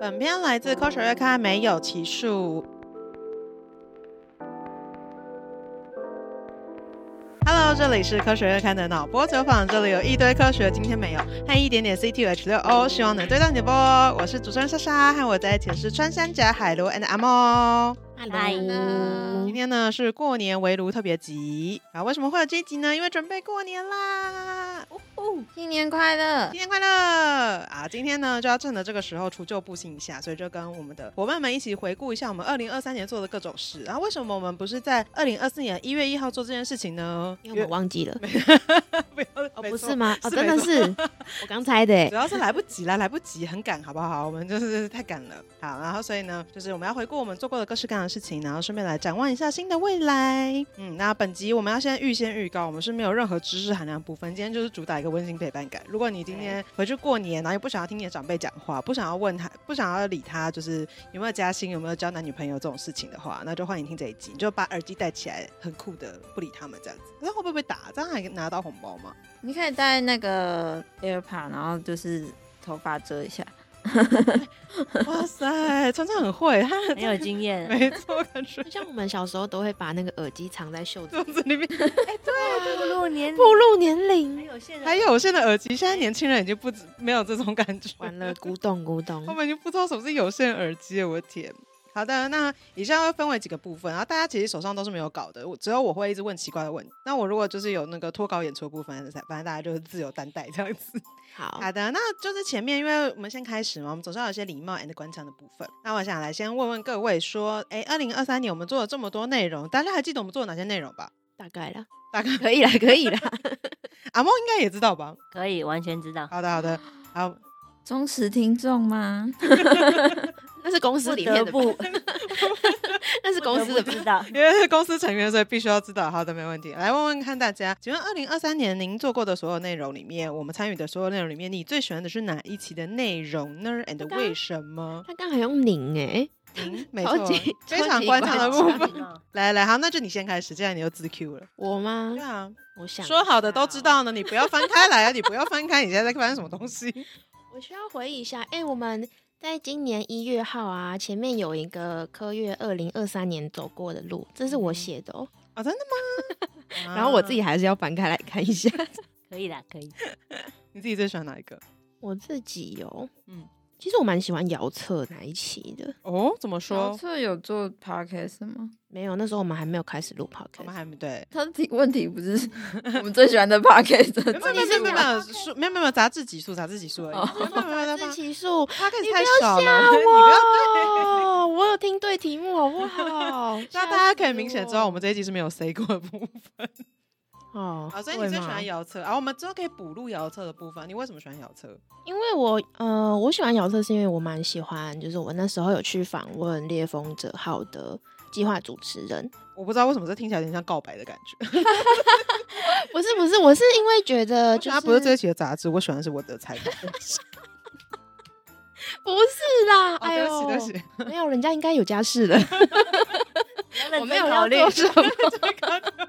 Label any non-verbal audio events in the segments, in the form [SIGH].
本片来自《科学月刊》，没有奇数。Hello，这里是《科学月刊》的脑波酒坊，这里有一堆科学，今天没有，和一点点 CTH 六 O，希望能对到你的波。我是主持人莎莎，和我在一起是穿山甲、海螺 and 阿猫。嗨，今天呢是过年围炉特别集啊！为什么会有这一集呢？因为准备过年啦！呜呼，新年快乐！新年快乐啊！今天呢就要趁着这个时候除旧布新一下，所以就跟我们的伙伴们一起回顾一下我们二零二三年做的各种事。然、后为什么我们不是在二零二四年一月一号做这件事情呢？因为我忘记了， [LAUGHS] 不要哦，没不错是吗？哦，是真的没错是， [LAUGHS] 我刚猜的欸主。要是来不及了，来不及，很赶，好不好？我们就是太赶了。好，然后所以呢，就是我们要回顾我们做过的各式各样的事情，然后顺便来展望一下新的未来。嗯，那本集我们要先预先预告，我们是没有任何知识含量部分，今天就是主打一个温馨陪伴感。如果你今天回去过年，然后又不想要听你的长辈讲话，不想要问他，不想要理他，就是有没有加薪，有没有交男女朋友这种事情的话，那就欢迎听这一集，你就把耳机戴起来，很酷的不理他们这样子。那会不会被打？这样还拿到红包吗？你可以戴那个 AirPod，然后就是头发遮一下。哇塞，川川很会，他 [LAUGHS] 很有经 [LAUGHS] 验。 [LAUGHS] 哦没错，感觉就像我们小时候都会把那个耳机藏在 [LAUGHS] 袖子，肚子 [LAUGHS] 里面。步入年暴露年还龄，有现在还有现在耳机，现在年轻人已经不止没有这种感觉，完了，古董 [LAUGHS] 古他董。们已经不知道什么是有线耳机了。我的天！好的，那以下会分为几个部分，然后大家其实手上都是没有稿的，我只有我会一直问奇怪的问题。那我如果就是有那个脱稿演出的部分，反正大家就是自由担待这样子。好，好的，那就是前面，因为我们先开始嘛，我们总是要有一些礼貌 and 官腔的部分。那我想来先问问各位说，哎，二零二三年我们做了这么多内容，大家还记得我们做了哪些内容吧？大概啦，大概可以啦，可以啦。 [LAUGHS] 阿梦应该也知道吧？可以完全知道，好的，好的，啊好，忠实听众吗？那是公司里面的吧，不得那是公司的不吧。[LAUGHS] 知道。因为是公司成员，所以必须要知道。好的，没问题。来问问看大家，请问二零二三年您做过的所有内容里面，我们参与的所有内容里面，你最喜欢的是哪一期的内容呢？and 刚为什么？他刚好用拧哎， [LAUGHS] 嗯，没超错级， [LAUGHS] 非超级常关键的关部键分。 [LAUGHS] 嗯来来，好，那就你先开始，既然你又自 Q 了。我吗对？啊，我想说好的都嗯一下知哦。道呢，你不要翻开来啊，你不要翻开，你现在在翻什么东 [LAUGHS] 西？我需要回忆一下，哎、我们在今年一月号啊，前面有一个科月二零二三年走过的路，这是我写的哦、啊，真的吗？ [LAUGHS] 然后我自啊，己还是要翻开来看一下，可以啦，可 [LAUGHS] 以。你自己最喜欢哪一个？我自己有、嗯嗯，其实我蛮喜欢姚策那一期的，哦，怎么说？这有做 podcast 吗？没有，那时候我们还没有开始录我们 podcast，还没对，他的提问题不是 [LAUGHS] 我们最喜欢的 podcast，没有没有没有没有没有数没有没有杂志几数杂志几数而已，没有没有没有没 [LAUGHS] 自有，奇数。他开始哦你太不少要吓了，你不要。我！我有听对题目，好不好？ [LAUGHS] 那吓大家可以死明显知道，我我们这一集是没有 say 过的部 [LAUGHS] 分。哦好，所以对你最喜嘛欢摇车，啊，我们之后可以补录摇车的部分。你为什么喜欢摇车？因为我呃，我喜欢姚策是因为我蛮喜欢，就是我那时候有去访问猎风者号的计划主持人，我不知道为什么这听起来有点像告白的感觉。 [LAUGHS] 不是不是，我是因为觉 [LAUGHS] 得就他是不是这一期的杂志，我喜欢的是我的采 [LAUGHS] 访。不是啦，哦哎对呦，不起，对不起，没有，人家应该有家室的，我没有要考虑做什么，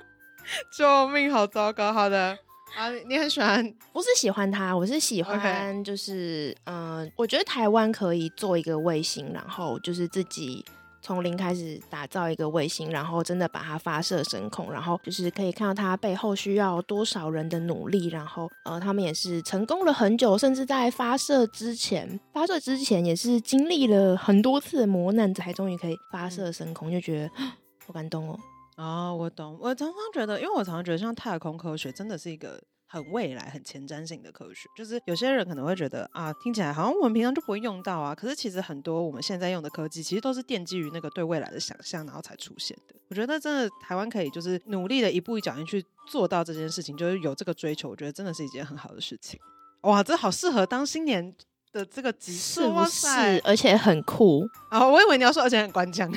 救命，好糟糕。好的，啊，你很喜欢不是喜欢他，我是喜 OK 欢就是嗯、呃我觉得台湾可以做一个卫星，然后就是自己。从零开始打造一个卫星，然后真的把它发射升空，然后就是可以看到它背后需要多少人的努力，然后呃，他们也是成功了很久，甚至在发射之前，发射之前也是经历了很多次的磨难，才终于可以发射升空，就觉得好感动哦。哦，我懂。我常常觉得，因为我常常觉得，像太空科学真的是一个很未来、很前瞻性的科学。就是有些人可能会觉得啊，听起来好像我们平常就不会用到啊。可是其实很多我们现在用的科技，其实都是奠基于那个对未来的想象，然后才出现的。我觉得真的台湾可以就是努力的一步一脚印去做到这件事情，就是有这个追求，我觉得真的是一件很好的事情。哇，这好适合当新年的这个集数，是不哇塞是？？而且很酷，啊、我以为你要说，而且很官 [LAUGHS] 腔。 [LAUGHS]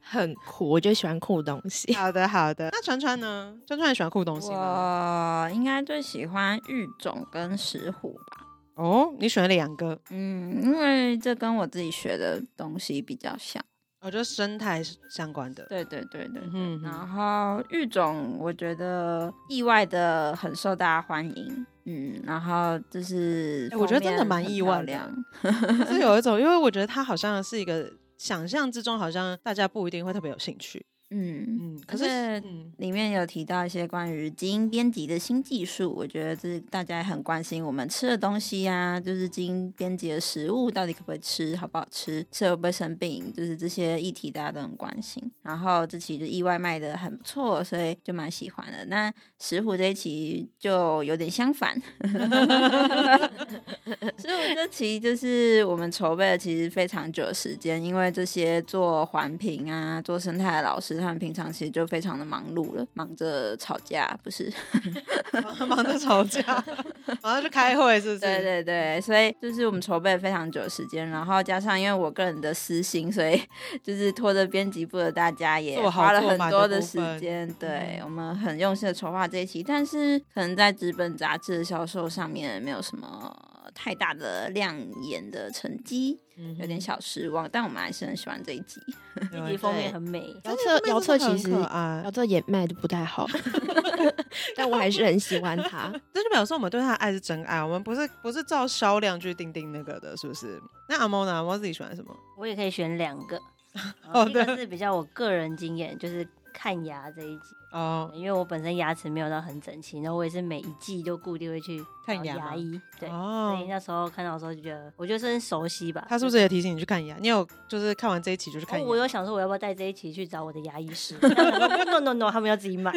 很酷，我就喜欢酷东西。好的，好的。那川川呢？川川也喜欢酷东西吗？我应该最喜欢玉种跟石虎吧。哦，你选了两个嗯，因为这跟我自己学的东西比较像。我觉得哦生态是相关的，对对对对。嗯哼然后育种，我觉得意外的很受大家欢迎，嗯，然后就是哎我觉得真的封面蛮很意外漂的亮嗯哼，是有一种，因为我觉得它好像是一个想象之中，好像大家不一定会特别有兴趣，嗯，嗯，可而是且嗯里面有提到一些关于基因编辑的新技术，我觉得这大家也很关心。我们吃的东西啊，就是基因编辑的食物到底可不可以吃，好不好吃，吃了会不会生病，就是这些议题大家都很关心。然后这期就意外卖的很不错，所以就蛮喜欢的。那石虎这一期就有点相反， [LAUGHS] 所以我这期就是我们筹备了其实非常久的时间，因为这些做环评啊、做生态的老师，他们平常其实就非常的忙碌了，忙着吵架，不是？ [LAUGHS] 忙着吵架，忙着去开会，是不是？对对对，所以就是我们筹备了非常久的时间，然后加上因为我个人的私心，所以 [LAUGHS] 就是拖着编辑部的大家也做好花了做很满多的的部时分间。对嗯，我们很用心的筹划这一期，但是可能在纸本杂志的销售上面没有什么太大的亮眼的成绩。嗯哼，有点小失望，但我们还是很喜欢这一集。有 [LAUGHS] 这一集封对面很美，真姚的策，姚封策面真的其很实可爱姚策也卖的不太好， [LAUGHS] 但我还是很喜欢他。这就表示我们对他的爱是真爱，我们不是不是照销量去定定那个的，是不是？那阿猫呢？阿猫自己喜欢什么？我也可以选两 [LAUGHS] 个。好一个的是比较我个人经验，就是看牙这一集，哦因为我本身牙齿没有到很整齐，然后我也是每一季就固定会去看找牙吗牙医，对。所以哦，那时候看到的时候就觉得，我就是很熟悉吧。他是不就是也提醒你去看牙？你有就是看完这一期就去看哦，牙？我有想说我要不要带这一期去找我的牙医师 [LAUGHS] 但？No No No，他们要自己买。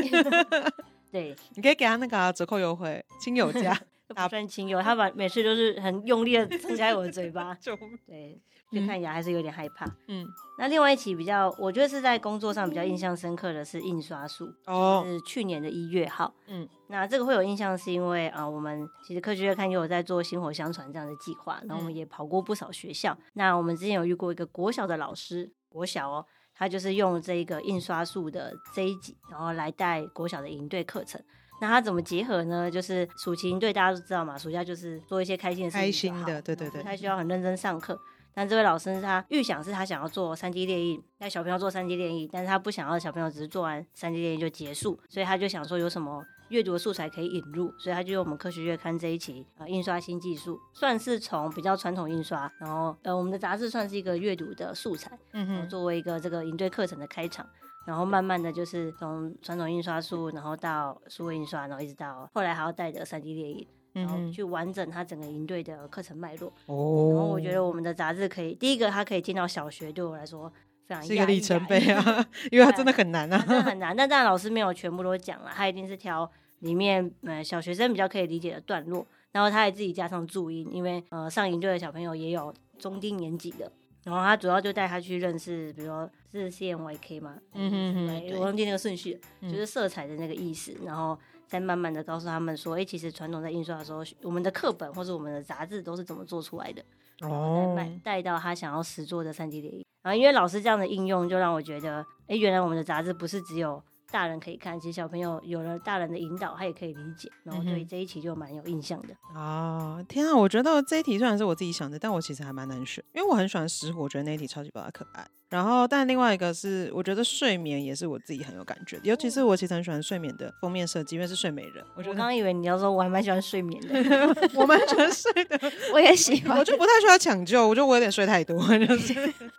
[LAUGHS] 对，你可以给他那个啊、折扣优惠，亲友价都打。不算亲友，他把每次都是很用力的撑开我的嘴巴就对，去看牙还是有点害怕。嗯那另外一期比较，我觉得是在工作上比较印象深刻的是印刷术，哦是去年的一月号。嗯那这个会有印象，是因为啊、呃我们其实科学院看也有在做薪火相传这样的计划，然后我嗯们也跑过不少学校。那我们之前有遇过一个国小的老师，国小哦，他就是用这个印刷术的这一集，然后来带国小的营队课程。那他怎么结合呢？就是暑期营队大家都知道嘛，暑假就是做一些开心的事情开就心的好对对那不对嗯太需要很认真上课。但这位老师他预想是他想要做三 D 列印，带小朋友做三 D 列印，但是他不想要小朋友只是做完三 D 列印就结束，所以他就想说有什么阅读的素材可以引入，所以他就用我们科学月刊这一期呃印刷新技术，算是从比较传统印刷，然后呃我们的杂志算是一个阅读的素材，嗯然后哼，作为一个这个营队课程的开场，然后慢慢的就是从传统印刷术，然后到数位印刷，然后一直到后来还要带着三 D 列印，嗯然后哼，去完整它整个营队的课程脉络。哦然后我觉得我们的杂志可以，第一个它可以进到小学，对我来说非常是一个讶异里程啊碑！ [LAUGHS] 因为啊， [LAUGHS] 因为它真的很难它 [LAUGHS] 真的 [LAUGHS] 啊。很难，但当然老师没有全部都讲了，他一定是挑里面呃小学生比较可以理解的段落，然后他还自己加上注音，因为呃上营队的小朋友也有中低年级的。然后他主要就带他去认识，比如说是 C N Y K 嘛，哎嗯哼哼对我忘记那个顺序，嗯就是色彩的那个意思，然后再慢慢的告诉他们说，哎，其实传统在印刷的时候，我们的课本或者我们的杂志都是怎么做出来的。再哦，卖带到他想要实做的三 D 列印。然后因为老师这样的应用，就让我觉得，哎，原来我们的杂志不是只有大人可以看，其实小朋友有了大人的引导，他也可以理解。然后嗯对哼这一期就蛮有印象的。啊，天啊！我觉得这一题虽然是我自己想的，但我其实还蛮难选，因为我很喜欢石虎，我觉得那一题超级爆炸可爱。然后，但另外一个是，我觉得睡眠也是我自己很有感觉的，尤其是我其实很喜欢睡眠的封面设计，因为是睡美人，我哦我觉刚得刚以为你要说我还蛮喜欢睡眠的， [LAUGHS] 我蛮喜欢睡的， [LAUGHS] 我也喜欢我，就不太需要抢救，我觉得我有点睡太多， [LAUGHS] 就是。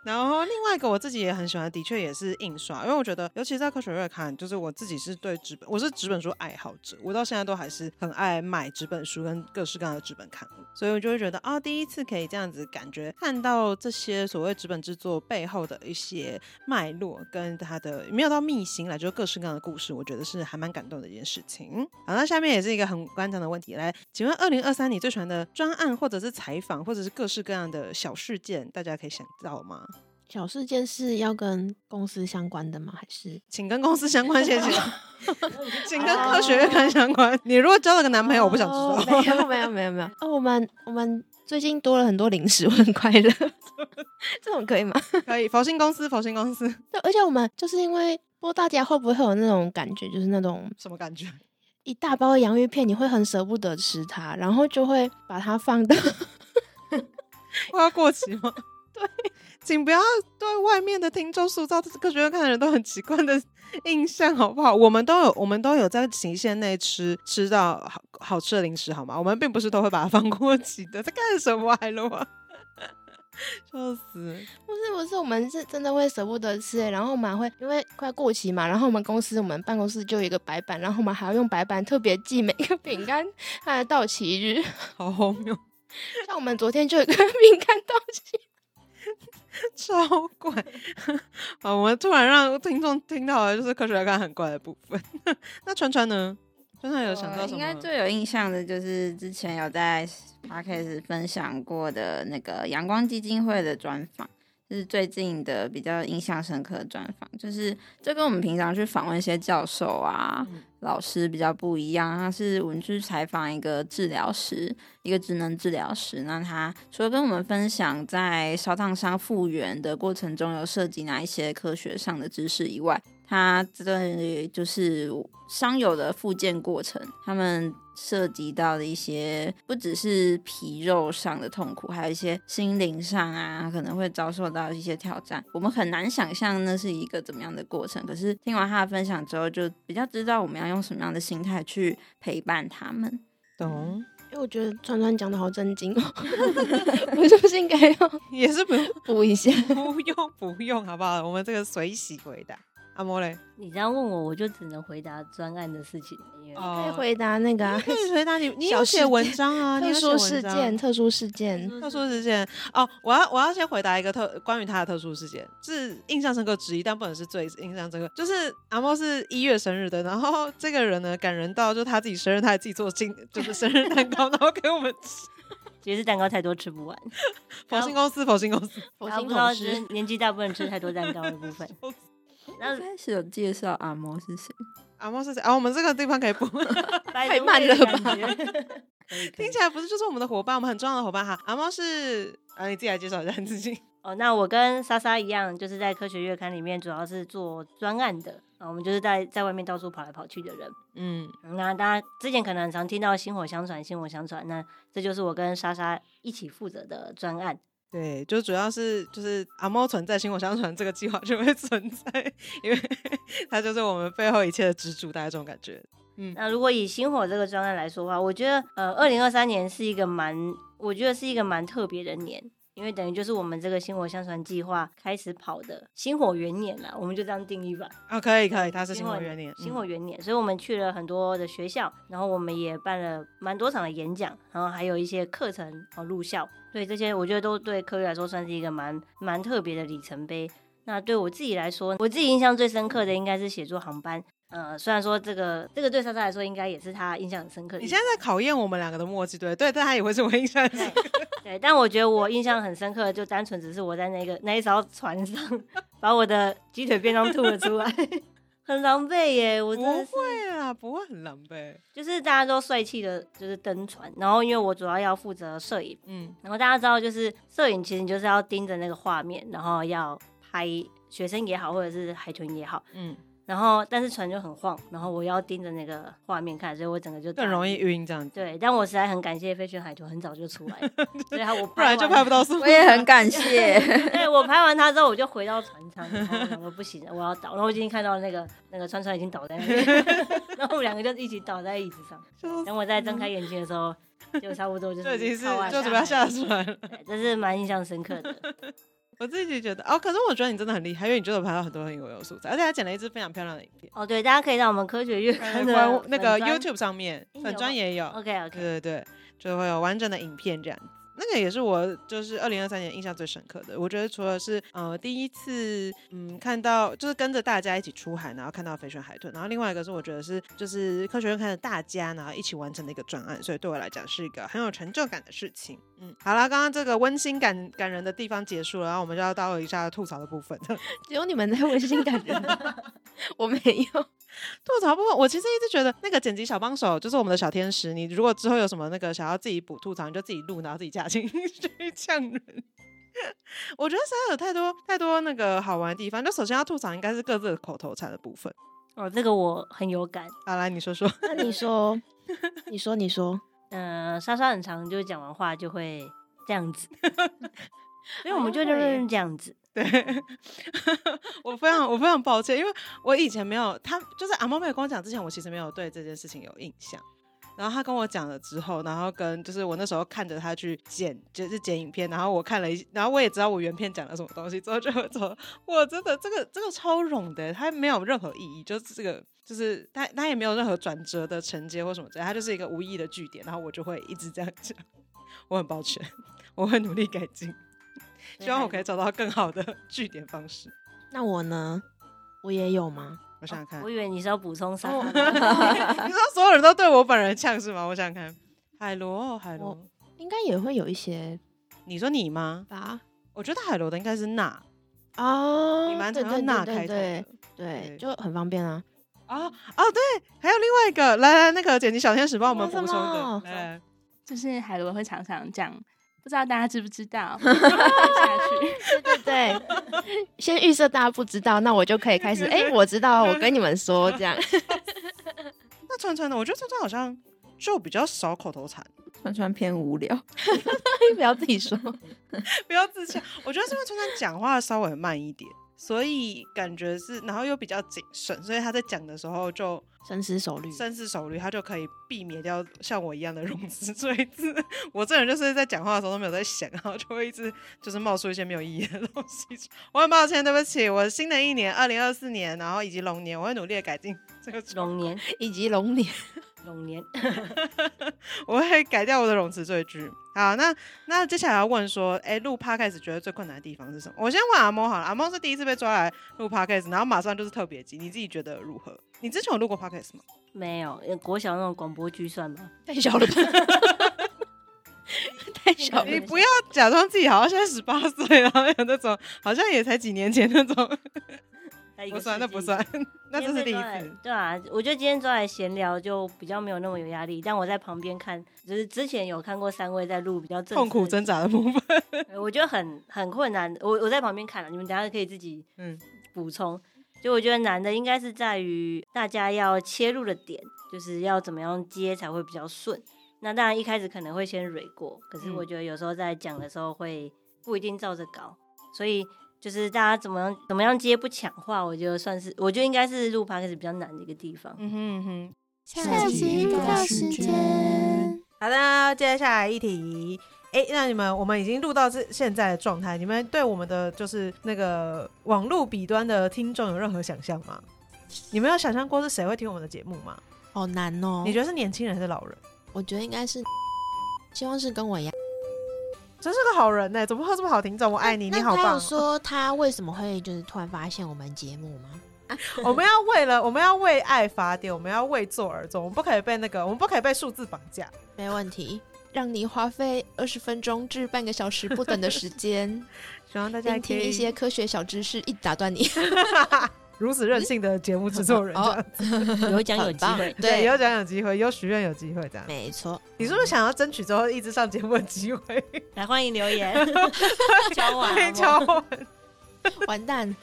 然后另外一个我自己也很喜欢，的确也是印刷，因为我觉得，尤其在科学月刊，就是我自己是对纸本，我是纸本书爱好者，我到现在都还是很爱买纸本书跟各式各样的纸本刊物，所以我就会觉得，啊，第一次可以这样子感觉看到这些所谓纸本制作背后的一些脉络跟它的没有到秘辛啦，就是各式各样的故事，我觉得是还蛮感动的一件事情。好，那下面也是一个很官腔的问题，来，请问二零二三你最喜欢的专案或者是采访或者是各式各样的小事件，大家可以想到吗？小事件是要跟公司相关的吗？还是请跟公司相关，谢谢。请跟科学院刊相关。你如果交了个男朋友，我不想知哦道。没有没有没有没有。哦，我们我们最近多了很多零食，我很快乐。 [LAUGHS] 这种可以吗？ [LAUGHS] 可以，佛心公司，佛心公司，对，而且我们就是因为，不知道大家会不会有那种感觉，就是那种什么感觉？一大包的洋芋片，你会很舍不得吃它，然后就会把它放到快要过期吗？对，请不要对外面的听众塑造科学院看的人都很奇怪的印象，好不好？我们都有，我们都有在期限内吃吃到好好吃的零食，好吗？我们并不是都会把它放过期的， [LAUGHS] 在干什么海螺？ [LAUGHS] 笑死！不是不是，我们是真的会舍不得吃欸，然后我们还会因为快过期嘛，然后我们公司我们办公室就有一个白板，然后我们还要用白板特别记每个饼干它的到期日，好荒谬，像我们昨天就有一个 [LAUGHS] 饼干到期， [LAUGHS] 超怪！好，我们突然让听众听到了就是科学感很怪的部分。 [LAUGHS] 那川川呢？川川有想到我什应么？该最有印象的就是之前有在 podcast 分享过的那个阳光基金会的专访，就是最近的比较印象深刻的专访，就是这跟我们平常去访问一些教授啊、嗯老师比较不一样。他是我们去采访一个治疗师，一个职能治疗师，那他除了跟我们分享在烧烫伤复原的过程中有涉及哪一些科学上的知识以外，他这就是伤友的复健过程，他们涉及到的一些不只是皮肉上的痛苦，还有一些心灵上啊，可能会遭受到一些挑战。我们很难想象那是一个怎么样的过程，可是听完他的分享之后，就比较知道我们要用什么样的心态去陪伴他们。懂，因为我觉得川川讲的好震惊哦， [LAUGHS] 我是不是应该要 [LAUGHS] 也是不用 [LAUGHS] 补一下？不用不用，好不好？我们这个随喜回答。阿莫嘞，你这样问我，我就只能回答专案的事情，因为可以哦回答那 [LAUGHS] 个、啊、可以回答你，你小有事写件文章 [LAUGHS] 啊？你特有写殊事文章件，特殊事件，特殊事件哦，我要我要先回答一个特关于他的特殊事件，是印象深刻之一，但不能是最印象深刻。就是阿莫是一月生日的，然后这个人呢感人到，就他自己生日，他还自己做 [LAUGHS] 金就是生日蛋糕，然后给我们 [LAUGHS] 吃。其实蛋糕太多吃不完，佛心公司，佛心公司，我然后心不知道同就事是年纪大不能吃太多蛋糕的部 [LAUGHS] 分。那一开始有介绍阿莫是谁，阿莫是谁啊？我们这个地方可以播。太慢了吧？可以可以 [LAUGHS] 听起来不是就是我们的伙伴，我们很重要的伙伴哈。阿猫是啊，你自己来介绍一下你自己。哦，那我跟莎莎一样，就是在科学月刊里面主要是做专案的啊，我们就是在在外面到处跑来跑去的人。嗯，嗯那大家之前可能很常听到薪火相传，薪火相传，那这就是我跟莎莎一起负责的专案。对，就主要是就是阿猫存在，薪火相传这个计划就会 [LAUGHS] 存在，因为 [LAUGHS] 它就是我们背后一切的支柱，大概这种感觉。那如果以星火这个专案来说的话，我觉得呃，二零二三年是一个蛮，我觉得是一个蛮特别的年，因为等于就是我们这个星火相传计划开始跑的星火元年啦，我们就这样定义吧。啊，可以可以，它是薪火嗯元年，星火元年，所以我们去了很多的学校，然后我们也办了蛮多场的演讲，然后还有一些课程哦入校，所以这些我觉得都对科学来说算是一个蛮蛮特别的里程碑。那对我自己来说，我自己印象最深刻的应该是写作航班。呃，虽然说这个这个对莎莎来说应该也是她印象很深刻的你一现次，在在考验我们两个的默契，对对，但它也会是我印象深刻。 [LAUGHS] 对，但我觉得我印象很深刻的就单纯只是我在那个那一艘船上 [LAUGHS] 把我的鸡腿便当吐了出来， [LAUGHS] 很狼狈耶，我真的不是会啦，啊不会很狼狈。就是大家都帅气的，就是登船。然后因为我主要要负责摄影，嗯，然后大家知道，就是摄影其实你就是要盯着那个画面，然后要拍学生也好，或者是海豚也好。嗯，然后但是船就很晃，然后我要盯着那个画面看，所以我整个就更容易。晕这样子，嗯对，但我实在很感谢飞旋海豚很早就出来， [LAUGHS] 所以他我不然就拍拍完不到速。我也很感谢。 [LAUGHS] 对我拍完它之后，我就回到船舱，然后我想说不行了，我要倒。然后我已经看到那个那个川川已经倒在那边， [LAUGHS] 然后我们两个就一起倒在椅子上。就等我再睁开眼睛的时候，就差不多就就已经是是靠岸就了准备要下船了。对这是蛮印象深刻的。我自己觉得哦，可是我觉得你真的很厉害，因为你真的拍到很多很有用的素材，而且还剪了一支非常漂亮的影片，哦，对，大家可以到我们科学月在刊的呃官那个粉专 YouTube 上面哎粉有专吗也有， OK 对 OK，对对，就会有完整的影片这样子。那个也是我就是二零二三年印象最深刻的，我觉得除了是呃第一次嗯看到就是跟着大家一起出海，然后看到飞旋海豚，然后另外一个是我觉得是就是科学院看着大家然后一起完成的一个专案，所以对我来讲是一个很有成就感的事情。嗯，好啦，刚刚这个温馨感感人的地方结束了，然后我们就要到一下吐槽的部分。 [LAUGHS] 只有你们在温馨感人吧， [LAUGHS] 我没有。吐槽部分，我其实一直觉得那个剪辑小帮手就是我们的小天使。你如果之后有什么那个想要自己补吐槽，你就自己录，然后自己加进去 [LAUGHS] 呛人。 [LAUGHS] 我觉得实在有太多太多那个好玩的地方。就首先要吐槽，应该是各自的口头禅的部分。哦，这个我很有感。好，来你说 [LAUGHS] 说。那你 [LAUGHS] 说，你说，你说，[LAUGHS] 呃嗯、莎莎很常就讲完话就会这样子，所以我们就就是这样子。对， [LAUGHS] 我非常我非常抱歉，因为我以前没有他，就是阿猫没有跟我讲之前，我其实没有对这件事情有印象。然后他跟我讲了之后，然后跟就是我那时候看着他去剪，就是剪影片，然后我看了一，然后我也知道我原片讲了什么东西，之后就会说，我真的这个这个超冗的，它没有任何意义，就是这个就是它它也没有任何转折的承接或什么之类，它就是一个无意义的句点，然后我就会一直这样讲， [LAUGHS] 我很抱歉， [LAUGHS] 我会努力改进，希望我可以找到更好的 [LAUGHS] 句点方式。那我呢？我也有吗？我想想看，哦哦我以为你是要补充啥？你知道所有人都对我本人呛是吗？我想想看，海螺，哦海螺，应该也会有一些你说你吗？吧。我觉得海螺的应该是钠哦，你蛮对常用对钠对开头对的对对，就很方便啊。哦哦，对，还有另外一个，来来，那个剪辑小天使帮我们补充什么的，来来， [LAUGHS] 就是海螺会常常这样，不知道大家知不知 [LAUGHS] 道？ [LAUGHS] 下去，对对对， [LAUGHS] 先预设大家不知道，那我就可以开始。哎、我知道，我跟你们说这 [LAUGHS] 样。那川川呢？我觉得川川好像就比较少口头 [LAUGHS] 禅，川川偏无聊，不要自己说。不要自洽。 [LAUGHS] 我觉得是因为川川讲话稍微慢一点，所以感觉是，然后又比较谨慎，所以他在讲的时候就 [LAUGHS] 深思熟虑，深思熟虑，他就可以避免掉像我一样的冗 [LAUGHS] 词赘字。我这人就是在讲话的时候都没有在想，然后就会一直就是冒出一些没有意义的东西。我很抱歉，对不起，我新的一年二零二四年，然后以及龙年，我会努力的改进这个状 [LAUGHS] 龙年，以及龙年。龙年， [LAUGHS] 我会改掉我的冗词赘句。好，那那接下来要问说，哎，录 podcast 觉得最困难的地方是什么？我先问阿猫好了，阿猫是第一次被抓来录 podcast，然后马上就是特别集，你自己觉得如何？你之前有录过 podcast 吗？没有呃国小那种广播剧算吗？ [LAUGHS] 太小了吧？ [LAUGHS] 太小了你。不要假装自己好像现在十八岁，然后有那种好像也才几年前那种，在一个不算，世那不纪算，那这今是天被第一抓来次。对啊，我觉得今天抓来闲聊就比较没有那么有压力，但我在旁边看，就是之前有看过三位在录比较正痛苦式的挣扎的部分，呃我觉得很很困难。我我在旁边看了，你们等一下可以自己嗯补充。就我觉得难的应该是在于大家要切入的点，就是要怎么样接才会比较顺。那当然一开始可能会先蕊过，可是嗯我觉得有时候在讲的时候会不一定照着稿，所以就是大家怎么样怎么样接不抢话，我觉得算是我觉得应该是录 p 开始比较难的一个地方。嗯哼嗯哼。下集预告时间。好的，接下来一题。哎、那你们我们已经录到这现在的状态，你们对我们的就是那个网络彼端的听众有任何想象吗？你们有想象过是谁会听我们的节目吗？好难哦你觉得是年轻人还是老人？我觉得应该是，希望是跟我一样。真是个好人呢、怎么会有这么好听众？我爱你，你那好他棒有！说他为什么会就是突然发现我们节目 [LAUGHS] 吗？ [LAUGHS] 我们要为了我们要为爱发电，我们要为做而做，我们不可以被那个，我们不可以被数字绑架。没问 [LAUGHS] 题，让你花费二十分钟至半个小时不等的时间， [LAUGHS] 希望大家聆可听以一些科学小知识，一直打 [LAUGHS] 断你。 [LAUGHS] 如此任性的节目制作人，这哦样子有讲有很机棒会，对，对有，奖有机会，有许愿有机会这样。没错。你是不是想要争取之后一直上节目的机 [LAUGHS] 会？来欢迎 [LAUGHS] 留言， [LAUGHS] 交啊往可以敲门，完 [LAUGHS] 蛋？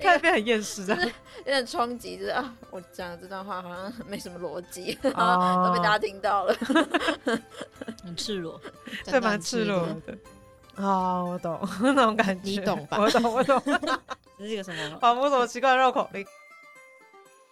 看得变很厌世这 [LAUGHS] 样。有点冲击，就是啊，我讲的这段话好像没什么逻辑，哦 [LAUGHS] 都被大家听到了。很赤裸。对，蛮赤裸的。哦，我懂 [LAUGHS] 那种感觉，你懂吧我懂，我懂，这是一个什么？ [LAUGHS] 仿佛什么奇怪的绕口令。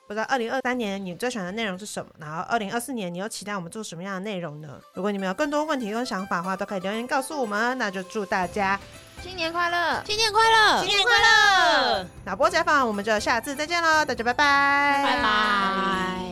不知道二零二三年你最喜欢的内容是什么？然后二零二四年你又期待我们做什么样的内容呢？如果你们有更多问题跟想法的话，都可以留言告诉我们。那就祝大家新年快乐！新年快乐！新年快乐！脑波解放，我们就下次再见喽，大家拜拜，拜拜。